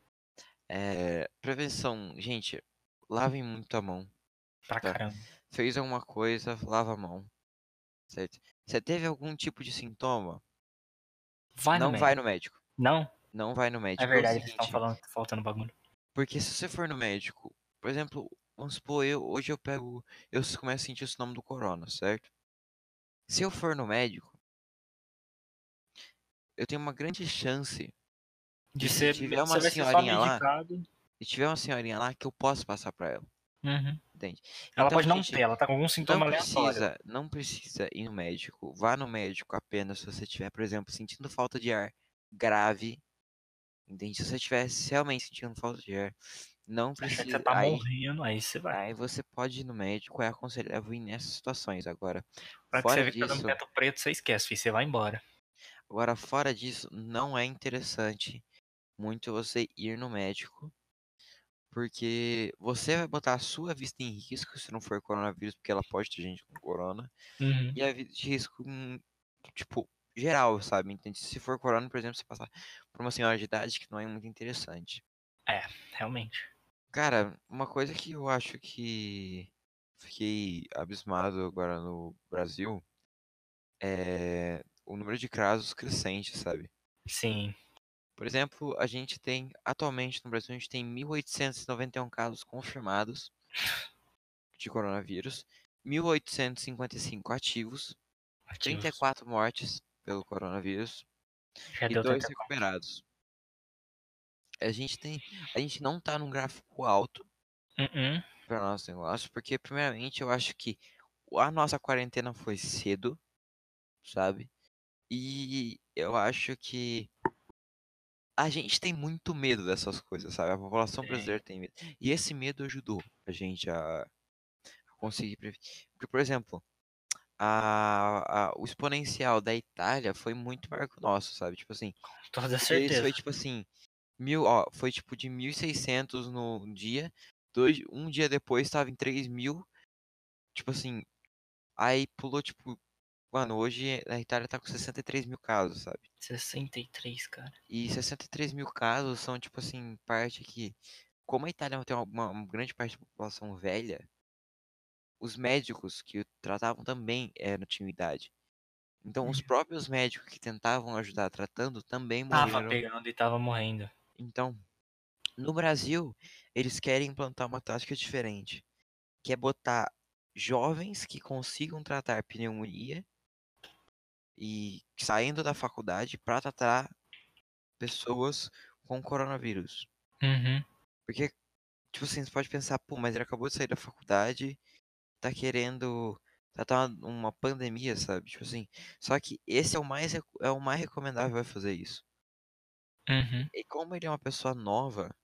S1: É, prevenção, gente, lavem muito a mão.
S2: Pra
S1: Tá.
S2: caramba.
S1: Fez alguma coisa, lava a mão. Certo? Você teve algum tipo de sintoma?
S2: Vai
S1: não
S2: no
S1: vai
S2: médico.
S1: no médico.
S2: Não?
S1: Não vai no médico.
S2: É
S1: pelo
S2: verdade, eles estão
S1: seguinte,
S2: falando que tá faltando bagulho.
S1: Porque se você for no médico, por exemplo, vamos supor, eu, hoje eu pego, eu s- começo a sentir o sintoma do corona, certo? Se eu for no médico, eu tenho uma grande chance
S2: De
S1: E se
S2: ser,
S1: tiver uma
S2: você vai ser só
S1: senhorinha lá,
S2: medicado.
S1: se tiver uma senhorinha lá que eu posso passar pra ela,
S2: Uhum.
S1: entende?
S2: Ela
S1: Então,
S2: pode não
S1: gente,
S2: ter, ela tá com algum sintoma
S1: Não
S2: aleatório.
S1: precisa, não precisa ir no médico. Vá no médico apenas se você tiver, por exemplo, sentindo falta de ar grave, entende? Se você estiver realmente sentindo falta de ar, não
S2: Você acha que
S1: precisa.
S2: você tá
S1: Aí,
S2: morrendo, né? aí você vai.
S1: aí você pode ir no médico, é aconselhável ir nessas situações. Agora,
S2: Pra que você
S1: fora
S2: vê que tá dando
S1: disso,
S2: teto preto, você esquece, filho, você vai embora.
S1: agora fora disso, não é interessante muito você ir no médico. Porque você vai botar a sua vida em risco se não for coronavírus, porque ela pode ter gente com corona.
S2: Uhum.
S1: E a vida de risco, hum, tipo, geral, sabe? Entende? Se for corona, por exemplo, você passar por uma senhora de idade que não é muito interessante.
S2: Realmente.
S1: Cara, uma coisa que eu acho que fiquei abismado agora no Brasil é o número de casos crescente, sabe?
S2: Sim.
S1: Por exemplo, a gente tem, atualmente no Brasil, a gente tem 1.891 casos confirmados de coronavírus, 1.855 ativos,
S2: Ativos.
S1: 34 mortes pelo coronavírus,
S2: Já
S1: é e
S2: É, deu
S1: dois
S2: 34.
S1: recuperados. A gente tem, a gente não tá num gráfico alto é
S2: Uhum.
S1: para nosso negócio, porque primeiramente eu acho que a nossa quarentena foi cedo, sabe? E eu acho que a gente tem muito medo dessas coisas, sabe? A população
S2: Tem.
S1: brasileira tem medo. E esse medo ajudou a gente a a conseguir prever. Porque, por exemplo, a- a- o exponencial da Itália foi muito maior que o nosso, sabe? Tipo assim,
S2: Toda
S1: Daí Isso
S2: certeza.
S1: foi tipo assim, mil, ó, foi tipo de 1.600 no dia, dois, um dia depois tava em 3.000, tipo assim, aí pulou tipo, mano, hoje a Itália tá com 63 mil casos, sabe?
S2: 63, cara.
S1: E 63 mil casos são tipo assim, parte que, como a Itália tem uma, uma- uma grande parte da população velha, os médicos que o tratavam também eram tinham idade. Então os
S2: Uhum.
S1: próprios médicos que tentavam ajudar tratando também
S2: Tava
S1: morreram.
S2: pegando e tava morrendo.
S1: Então, No Brasil, eles querem implantar uma tática diferente, que é botar jovens que consigam tratar pneumonia e saindo da faculdade para tratar pessoas com coronavírus.
S2: Uhum.
S1: Porque, tipo assim, você pode pensar, pô, mas ele acabou de sair da faculdade, tá querendo tratar uma uma pandemia, sabe? Tipo assim, só que esse é o mais, reco- é o mais recomendável a fazer isso.
S2: Uhum.
S1: E como ele é uma pessoa nova,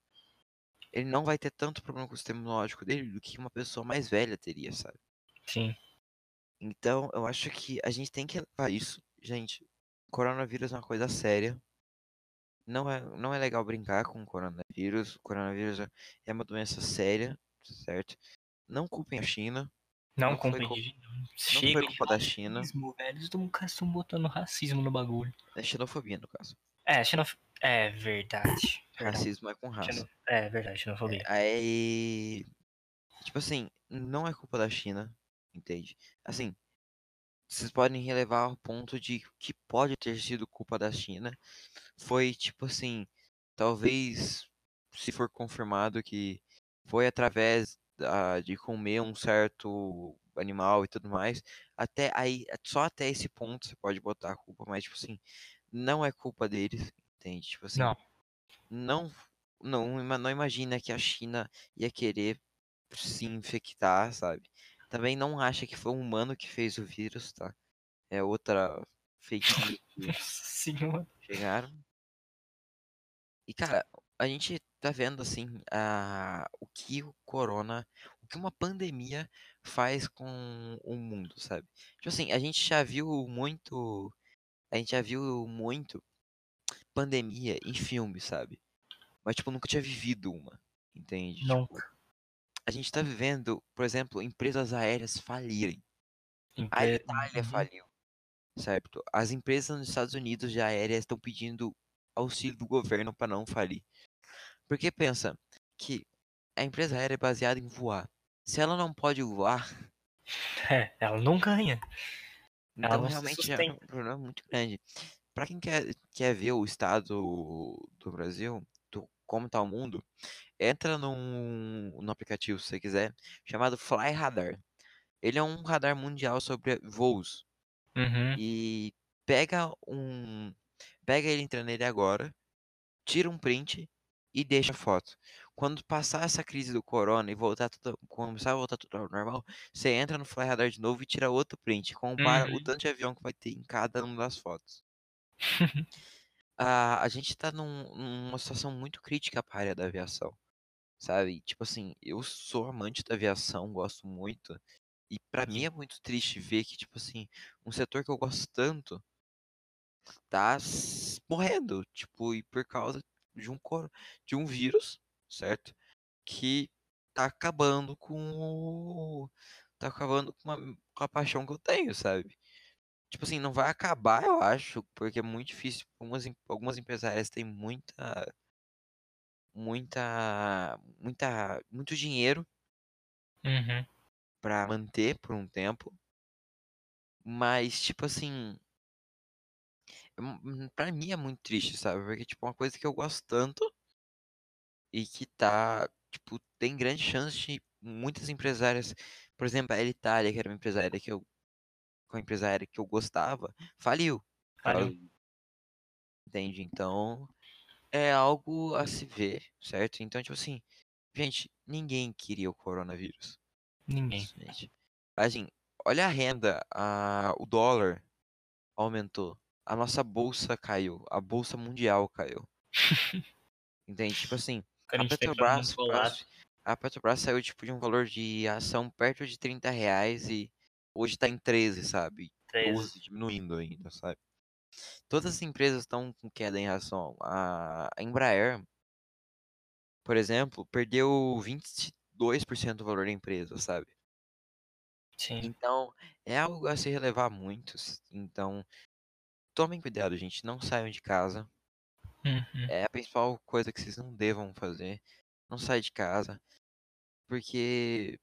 S1: ele não vai ter tanto problema com o sistema imunológico dele do que uma pessoa mais velha teria, sabe?
S2: Sim.
S1: Então, eu acho que a gente tem que levar isso. Gente, coronavírus é uma coisa séria. Não é, não é legal brincar com o coronavírus. O coronavírus é- é uma doença séria, certo? Não culpem a China.
S2: Não,
S1: Não foi
S2: culpa
S1: cul-
S2: de.
S1: Não
S2: Chega
S1: foi
S2: de
S1: culpa da China.
S2: racismo, velho. Eles tão- caras estão botando racismo no bagulho.
S1: É xenofobia, no caso.
S2: É, xenof... É verdade. verdade.
S1: Racismo é com raça.
S2: Xeno- É verdade, xenofobia.
S1: Aí. Tipo assim, não é culpa da China, entende? Assim, vocês podem relevar ao ponto de que pode ter sido culpa da China. Foi tipo assim, talvez se for confirmado que foi através da- de comer um certo animal e tudo mais, até aí, só até esse ponto você pode botar a culpa, mas tipo assim, não é culpa deles, entende? Tipo assim,
S2: Não.
S1: não não, ima- não imagina que a China ia querer se infectar, sabe? Também não acha que foi um humano que fez o vírus, tá? É outra fake news que
S2: Nossa senhora.
S1: chegaram. E cara, a gente tá vendo assim a, o que o corona, o que uma pandemia faz com o mundo, sabe? Tipo assim, a gente já viu muito, a gente já viu muito pandemia em filme, sabe? Mas tipo, nunca tinha vivido uma, entende?
S2: Não.
S1: Tipo, a gente tá vivendo, por exemplo, empresas aéreas falirem. A
S2: Empre-
S1: Itália
S2: Uhum.
S1: faliu, certo? As empresas nos Estados Unidos de aéreas estão pedindo auxílio do governo para não falir. Porque pensa que a empresa aérea é baseada em voar. Se ela não pode voar,
S2: É, ela não ganha. Ela
S1: então
S2: não se
S1: realmente já é um
S2: sustenta.
S1: problema muito grande. Para quem quer, quer ver o estado do Brasil, do, como tá o mundo, entra num, num aplicativo, se você quiser, chamado Fly Radar. Ele é um radar mundial sobre voos.
S2: Uhum.
S1: E pega um. Pega ele, entra nele agora, tira um print e deixa a foto. Quando passar essa crise do corona e voltar tudo, começar a voltar tudo ao normal, você entra no Fly Radar de novo e tira outro print, compara o
S2: Uhum.
S1: tanto de avião que vai ter em cada uma das fotos. A, a gente tá num- numa situação muito crítica para a área da aviação, sabe? Tipo assim, eu sou amante da aviação, gosto muito, e pra mim é muito triste ver que, tipo assim, um setor que eu gosto tanto tá s- morrendo, tipo, e por causa de um coro, de um vírus, certo? que tá acabando com o. Tá acabando com, uma- com a paixão que eu tenho, sabe? Tipo assim, não vai acabar, eu acho, porque é muito difícil. Algumas, em- algumas empresárias têm muita. Muita. Muita. Muito dinheiro
S2: Uhum.
S1: pra manter por um tempo. Mas, tipo assim. é mu- hum, Pra mim é muito triste, sabe? Porque, tipo, é uma coisa que eu gosto tanto e que tá, tipo, tem grande chance de muitas empresárias, por exemplo, a Elitália, que era uma empresária que eu, com a empresária que eu gostava, faliu,
S2: Cara,
S1: Faliu. entende? Então, é algo a se ver, certo? Então, tipo assim, gente, ninguém queria o coronavírus.
S2: ninguém.
S1: Gente. Assim, olha a renda, a, o dólar aumentou, a nossa bolsa caiu, a bolsa mundial caiu. Entende? Tipo assim,
S2: Cara,
S1: a
S2: a gente tá entrando num
S1: Petrobras,
S2: colapso.
S1: quase- a Petrobras saiu tipo de um valor de ação perto de 30 reais e hoje tá em 13, sabe?
S2: Três.
S1: 12, diminuindo ainda, sabe? Todas as empresas estão com queda em relação a a Embraer, por exemplo, perdeu 22% do valor da empresa, sabe?
S2: Sim.
S1: Então, é algo a se relevar muito. s- Então, tomem cuidado, gente. Não saiam de casa.
S2: Uhum.
S1: É a principal coisa que vocês não devam fazer. Não saia de casa. Porque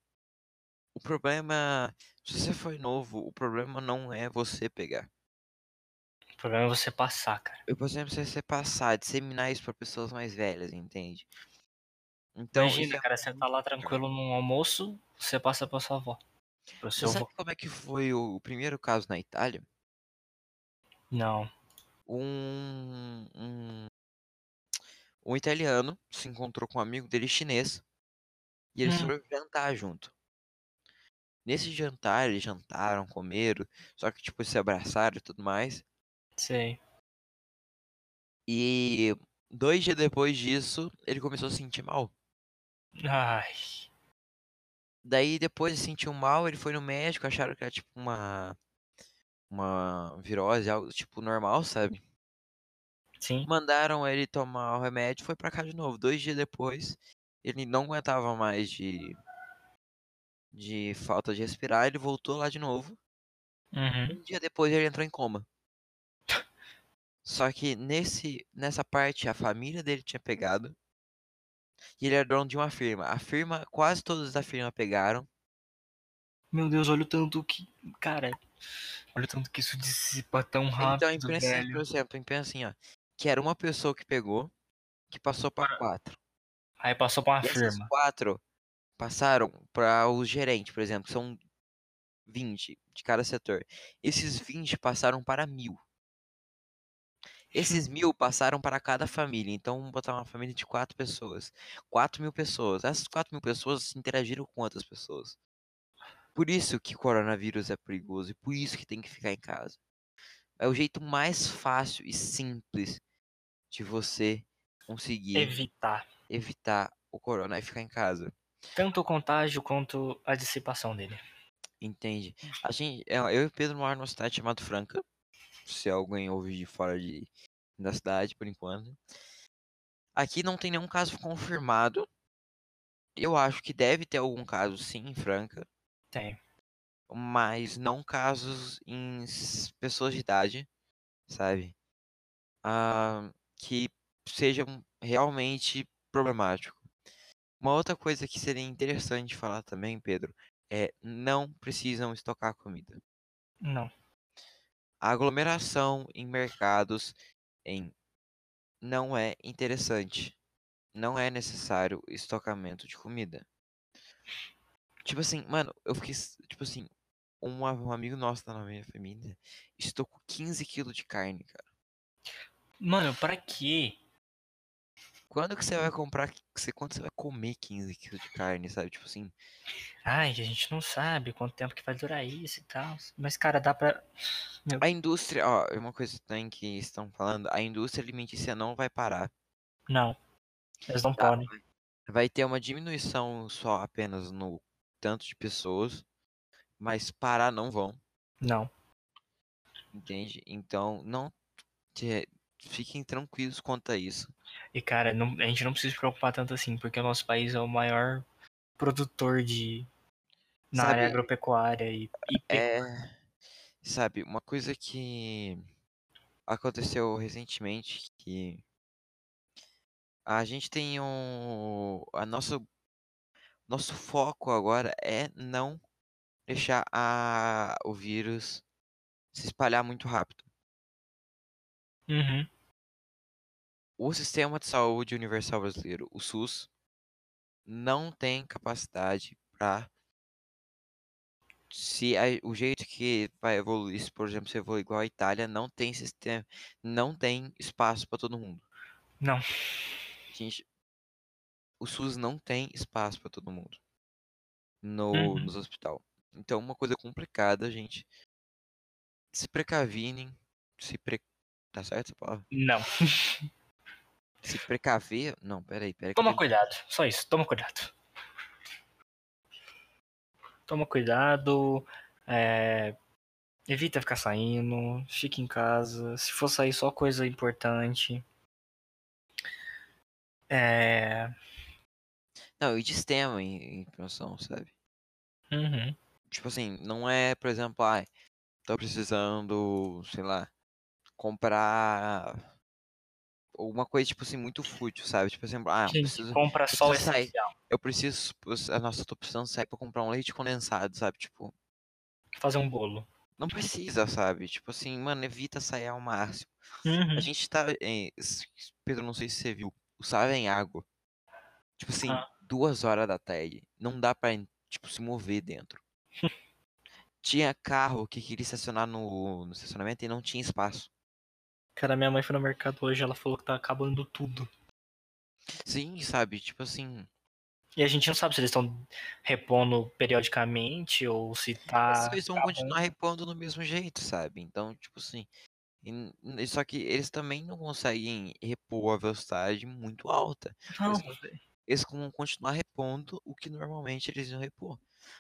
S1: o problema. Se você for novo, o problema não é você pegar.
S2: O problema é você passar, cara.
S1: O problema é você passar, disseminar isso para pessoas mais velhas, entende? Então, isso
S2: Imagina,
S1: é
S2: cara, você tá
S1: muito
S2: lá
S1: complicado.
S2: tranquilo num almoço, você passa pra sua avó. Pro
S1: Você
S2: seu
S1: sabe
S2: avô.
S1: como é que foi o o primeiro caso na Itália?
S2: Não.
S1: Um, um, um italiano se encontrou com um amigo dele chinês e eles
S2: Hum.
S1: foram jantar junto. Nesse jantar, eles jantaram, comeram, só que tipo se abraçaram e tudo mais.
S2: Sei.
S1: E dois dias depois disso, ele começou a se sentir mal.
S2: Ai.
S1: Daí depois ele se sentiu mal, ele foi no médico, acharam que era tipo uma uma virose, algo tipo normal, sabe?
S2: Sim.
S1: Mandaram ele tomar o remédio, foi pra cá de novo. Dois dias depois, ele não aguentava mais de de falta de respirar, ele voltou lá de novo.
S2: Uhum.
S1: Um dia depois ele entrou em coma. Só que nesse nessa parte a família dele tinha pegado e ele era dono de uma firma. A firma, quase todos da firma pegaram.
S2: Meu Deus, olha o tanto que. Cara, olha o tanto que isso dissipa tão
S1: Então
S2: rápido,
S1: pensa assim, por
S2: velho.
S1: exemplo, pensa assim, ó, que era uma pessoa que pegou, que passou pra quatro.
S2: Aí passou pra uma
S1: E essas
S2: firma.
S1: quatro passaram pra os gerentes, por exemplo, que são 20 de cada setor. Esses 20 passaram para mil. Esses mil passaram para cada família. Então, vamos botar uma família de quatro pessoas. Quatro mil pessoas. Essas quatro mil pessoas interagiram com outras pessoas. Por isso que coronavírus é perigoso e por isso que tem que ficar em casa. É o jeito mais fácil e simples de você conseguir
S2: Evitar
S1: evitar o corona e ficar em casa.
S2: tanto o contágio quanto a dissipação dele.
S1: Entende? A gente, é, eu e o Pedro moramos numa cidade chamada Franca. Se alguém ouvir de fora de, da cidade, por enquanto. Aqui não tem nenhum caso confirmado. Eu acho que deve ter algum caso, sim, em Franca.
S2: Tem.
S1: Mas não casos em s- pessoas de idade, sabe? Ah, que sejam realmente problemático. Uma outra coisa que seria interessante falar também, Pedro, é não precisam estocar comida.
S2: Não.
S1: A aglomeração em mercados em não é interessante. Não é necessário estocamento de comida. Tipo assim, mano, eu fiquei. s- Tipo assim, um, a- um amigo nosso da minha família estocou 15 quilos de carne, cara.
S2: Mano, pra quê?
S1: Quando que você vai comprar. qui- você- Quando você vai comer 15 quilos de carne, sabe? Tipo assim,
S2: Ai, a gente não sabe quanto tempo que vai durar isso e tal. Mas, cara, dá pra. Meu...
S1: a indústria. Ó, é uma coisa também que estão falando: a indústria alimentícia não vai parar.
S2: Não. Eles não
S1: tá?
S2: podem.
S1: Vai ter uma diminuição só apenas no tanto de pessoas, mas parar não vão.
S2: Não.
S1: Entende? Então, não. te- fiquem tranquilos quanto a isso.
S2: E, cara, não- a gente não precisa se preocupar tanto assim, porque o nosso país é o maior produtor de. na
S1: Sabe-
S2: área agropecuária e, e pe-
S1: É. Sabe, uma coisa que aconteceu recentemente que a gente tem um. A nosso, nosso foco agora é não deixar a, o vírus se espalhar muito rápido.
S2: Uhum.
S1: O sistema de saúde universal brasileiro, o SUS, não tem capacidade para se a- o jeito que vai evoluir, se por exemplo, se evoluir igual a Itália, não tem sistema, não tem espaço para todo mundo.
S2: Não.
S1: Gente, o SUS não tem espaço para todo mundo no
S2: Uhum.
S1: nos hospital. Então, uma coisa complicada, gente. Se precavinem, se pre... tá certo essa palavra?
S2: Não.
S1: Se precaver, não, peraí, peraí. que eu
S2: Toma
S1: tô-
S2: cuidado, só isso, toma cuidado. Toma cuidado, é, evita ficar saindo, fique em casa. Se for sair, só coisa importante. É.
S1: Não, e de sistema em, em promoção, sabe?
S2: uhum.
S1: Tipo assim, não é, por exemplo, ai, tô precisando, sei lá, comprar alguma coisa, tipo assim, muito fútil, sabe? Tipo assim, ah, eu
S2: Gente,
S1: preciso,
S2: compra só o
S1: preciso sair.
S2: essencial.
S1: eu preciso, pus- ah, nossa, eu tô precisando sair pra comprar um leite condensado, sabe? Tipo,
S2: Fazer um bolo.
S1: não precisa, sabe? Tipo assim, mano, evita sair ao máximo.
S2: Uhum.
S1: A gente tá, eh, s- Pedro, não sei se você viu, o Savenhago, tipo assim,
S2: Ah.
S1: duas horas da tarde, não dá pra, en- tipo, se mover dentro. tinha carro que queria estacionar no, no estacionamento e não tinha espaço.
S2: Cara, minha mãe foi no mercado hoje, ela falou que tá acabando tudo.
S1: Sim, sabe? Tipo assim.
S2: E a gente não sabe se eles estão repondo periodicamente ou se tá.
S1: As pessoas vão
S2: acabando.
S1: continuar repondo do mesmo jeito, sabe? Então, tipo assim. e n- n- Só que eles também não conseguem repor a velocidade muito alta.
S2: Não,
S1: Eles vão continuar repondo o que normalmente eles iam repor.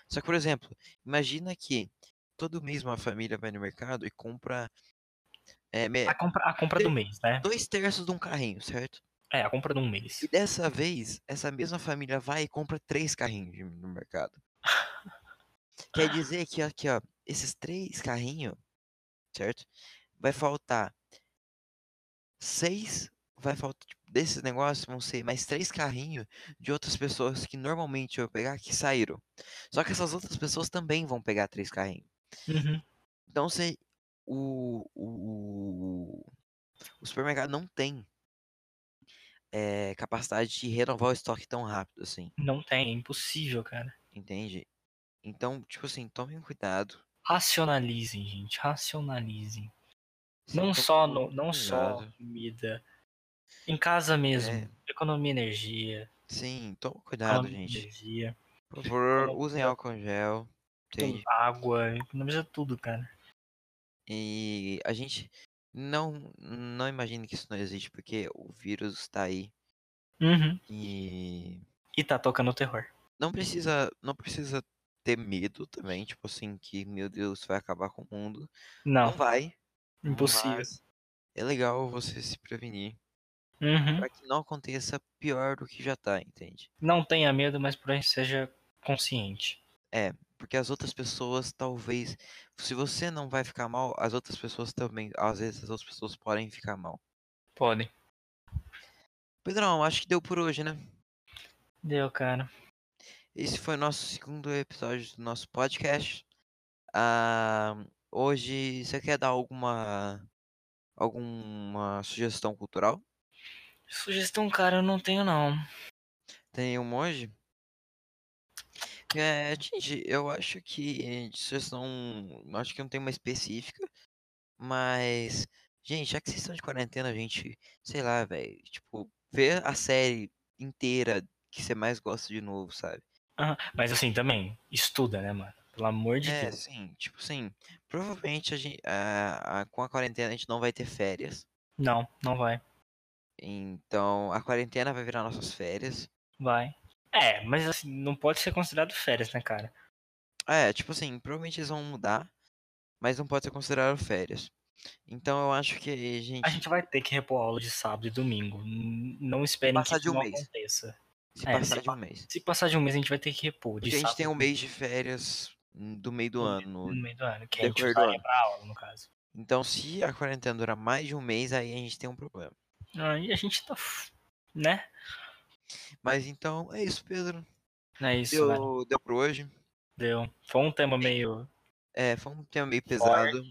S1: Só que, por exemplo, imagina que todo mês uma família vai no mercado e compra é, me-
S2: a compra, a compra do mês, né?
S1: dois terços de um carrinho, certo?
S2: É, a compra de um mês.
S1: E dessa vez, essa mesma família vai e compra três carrinhos de- no mercado. Quer dizer que aqui, ó, esses três carrinhos, certo? Vai faltar seis. Vai faltar. tipo, desses negócios vão ser mais três carrinhos de outras pessoas que normalmente eu ia pegar que saíram. Só que essas outras pessoas também vão pegar três carrinhos.
S2: Uhum.
S1: Então se o, o, o supermercado não tem eh, capacidade de renovar o estoque tão rápido assim.
S2: Não tem, é impossível, cara.
S1: Entende? Então, tipo assim, tomem cuidado.
S2: Racionalizem, gente, racionalizem.
S1: sim,
S2: Não
S1: tomem
S2: só, no,
S1: muito
S2: não só
S1: cuidado.
S2: comida. Em casa mesmo.
S1: É.
S2: Economia energia.
S1: Sim, tomem cuidado,
S2: Economia
S1: gente.
S2: energia.
S1: Por favor,
S2: economia-
S1: usem álcool em gel. Entende?
S2: Água. Economiza tudo, cara.
S1: E a gente não, não imagine que isso não existe, porque o vírus está aí.
S2: Uhum.
S1: E
S2: E tá tocando o terror.
S1: não precisa, não precisa ter medo também, tipo assim, que meu Deus, vai acabar com o mundo. Não,
S2: Não,
S1: vai.
S2: impossível.
S1: mas É legal você se prevenir
S2: Uhum.
S1: para que não aconteça pior do que já tá, entende?
S2: Não tenha medo, mas porém seja consciente.
S1: Porque as outras pessoas talvez. Se você não vai ficar mal, as outras pessoas também. Às vezes as outras pessoas podem ficar mal.
S2: Podem.
S1: Pedrão, acho que deu por hoje, né?
S2: Deu, cara.
S1: Esse foi o nosso segundo episódio do nosso podcast. Ah, hoje, você quer dar alguma. alguma sugestão cultural?
S2: Sugestão, cara, eu não tenho, não.
S1: Tem um hoje? É, gente, eu acho que de sugestão. Acho que não tem uma específica. Mas, gente, já que vocês estão de quarentena, gente, sei lá, velho, tipo, ver a série inteira que você mais gosta de novo, sabe?
S2: Aham, Mas assim, também, estuda, né, mano? Pelo amor de
S1: É,
S2: Deus.
S1: sim, tipo assim, provavelmente a gente, a, a- com a quarentena a gente não vai ter férias.
S2: Não, não vai.
S1: Então, a quarentena vai virar nossas férias.
S2: Vai. É, mas assim, não pode ser considerado férias, né, cara?
S1: É, tipo assim, provavelmente eles vão mudar, mas não pode ser considerado férias. Então eu acho que, gente,
S2: A gente vai ter que repor aula de sábado e domingo. N- Não esperem que
S1: Passar de
S2: isso
S1: um
S2: não
S1: mês.
S2: aconteça.
S1: se
S2: é,
S1: passar
S2: se
S1: de um mês.
S2: Se passar de um mês, a gente vai ter que repor. De
S1: Porque a gente
S2: sábado
S1: tem um mês de férias hum, do meio do ano.
S2: no meio do ano, que a gente
S1: decorrer do
S2: usaria
S1: ano.
S2: pra aula, no caso.
S1: Então, se a quarentena durar mais de um mês, aí a gente tem um problema.
S2: Aí a gente tá. f- Né?
S1: Mas então, é isso, Pedro.
S2: Não é isso, velho.
S1: Deu, deu pra hoje.
S2: Deu. Foi um tema meio.
S1: É, foi um tema meio pesado.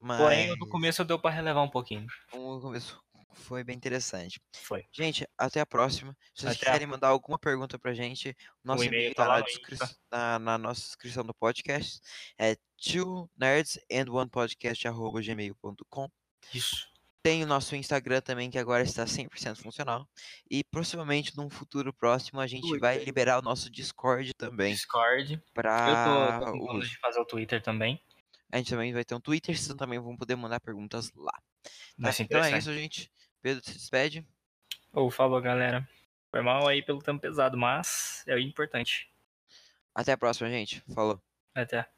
S1: Mas
S2: Porém, no começo deu pra relevar um pouquinho.
S1: o começo foi bem interessante.
S2: Foi.
S1: Gente, até a próxima. Se vocês
S2: Até a-
S1: quiserem mandar alguma pergunta pra gente, o nosso
S2: e-mail
S1: e-mail
S2: tá
S1: tá
S2: lá
S1: na,
S2: no
S1: descri-
S2: Insta.
S1: na, na nossa descrição do podcast. É two nerds and one podcast@gmail.com.
S2: Isso.
S1: Tem o nosso Instagram também, que agora está 100% funcional. E possivelmente num futuro próximo a gente
S2: Twitter.
S1: vai liberar o nosso Discord também. Ah,
S2: Discord.
S1: Pra
S2: Eu tô, tô com planos
S1: uso.
S2: de fazer o Twitter também.
S1: A gente também vai ter um Twitter, vocês também vão poder mandar perguntas lá.
S2: Vai ser
S1: então é
S2: interessante.
S1: isso, gente. Pedro se despede.
S2: Ou falou, galera. Foi mal aí pelo tempo pesado, mas é o importante.
S1: Até a próxima, gente. Falou.
S2: Até.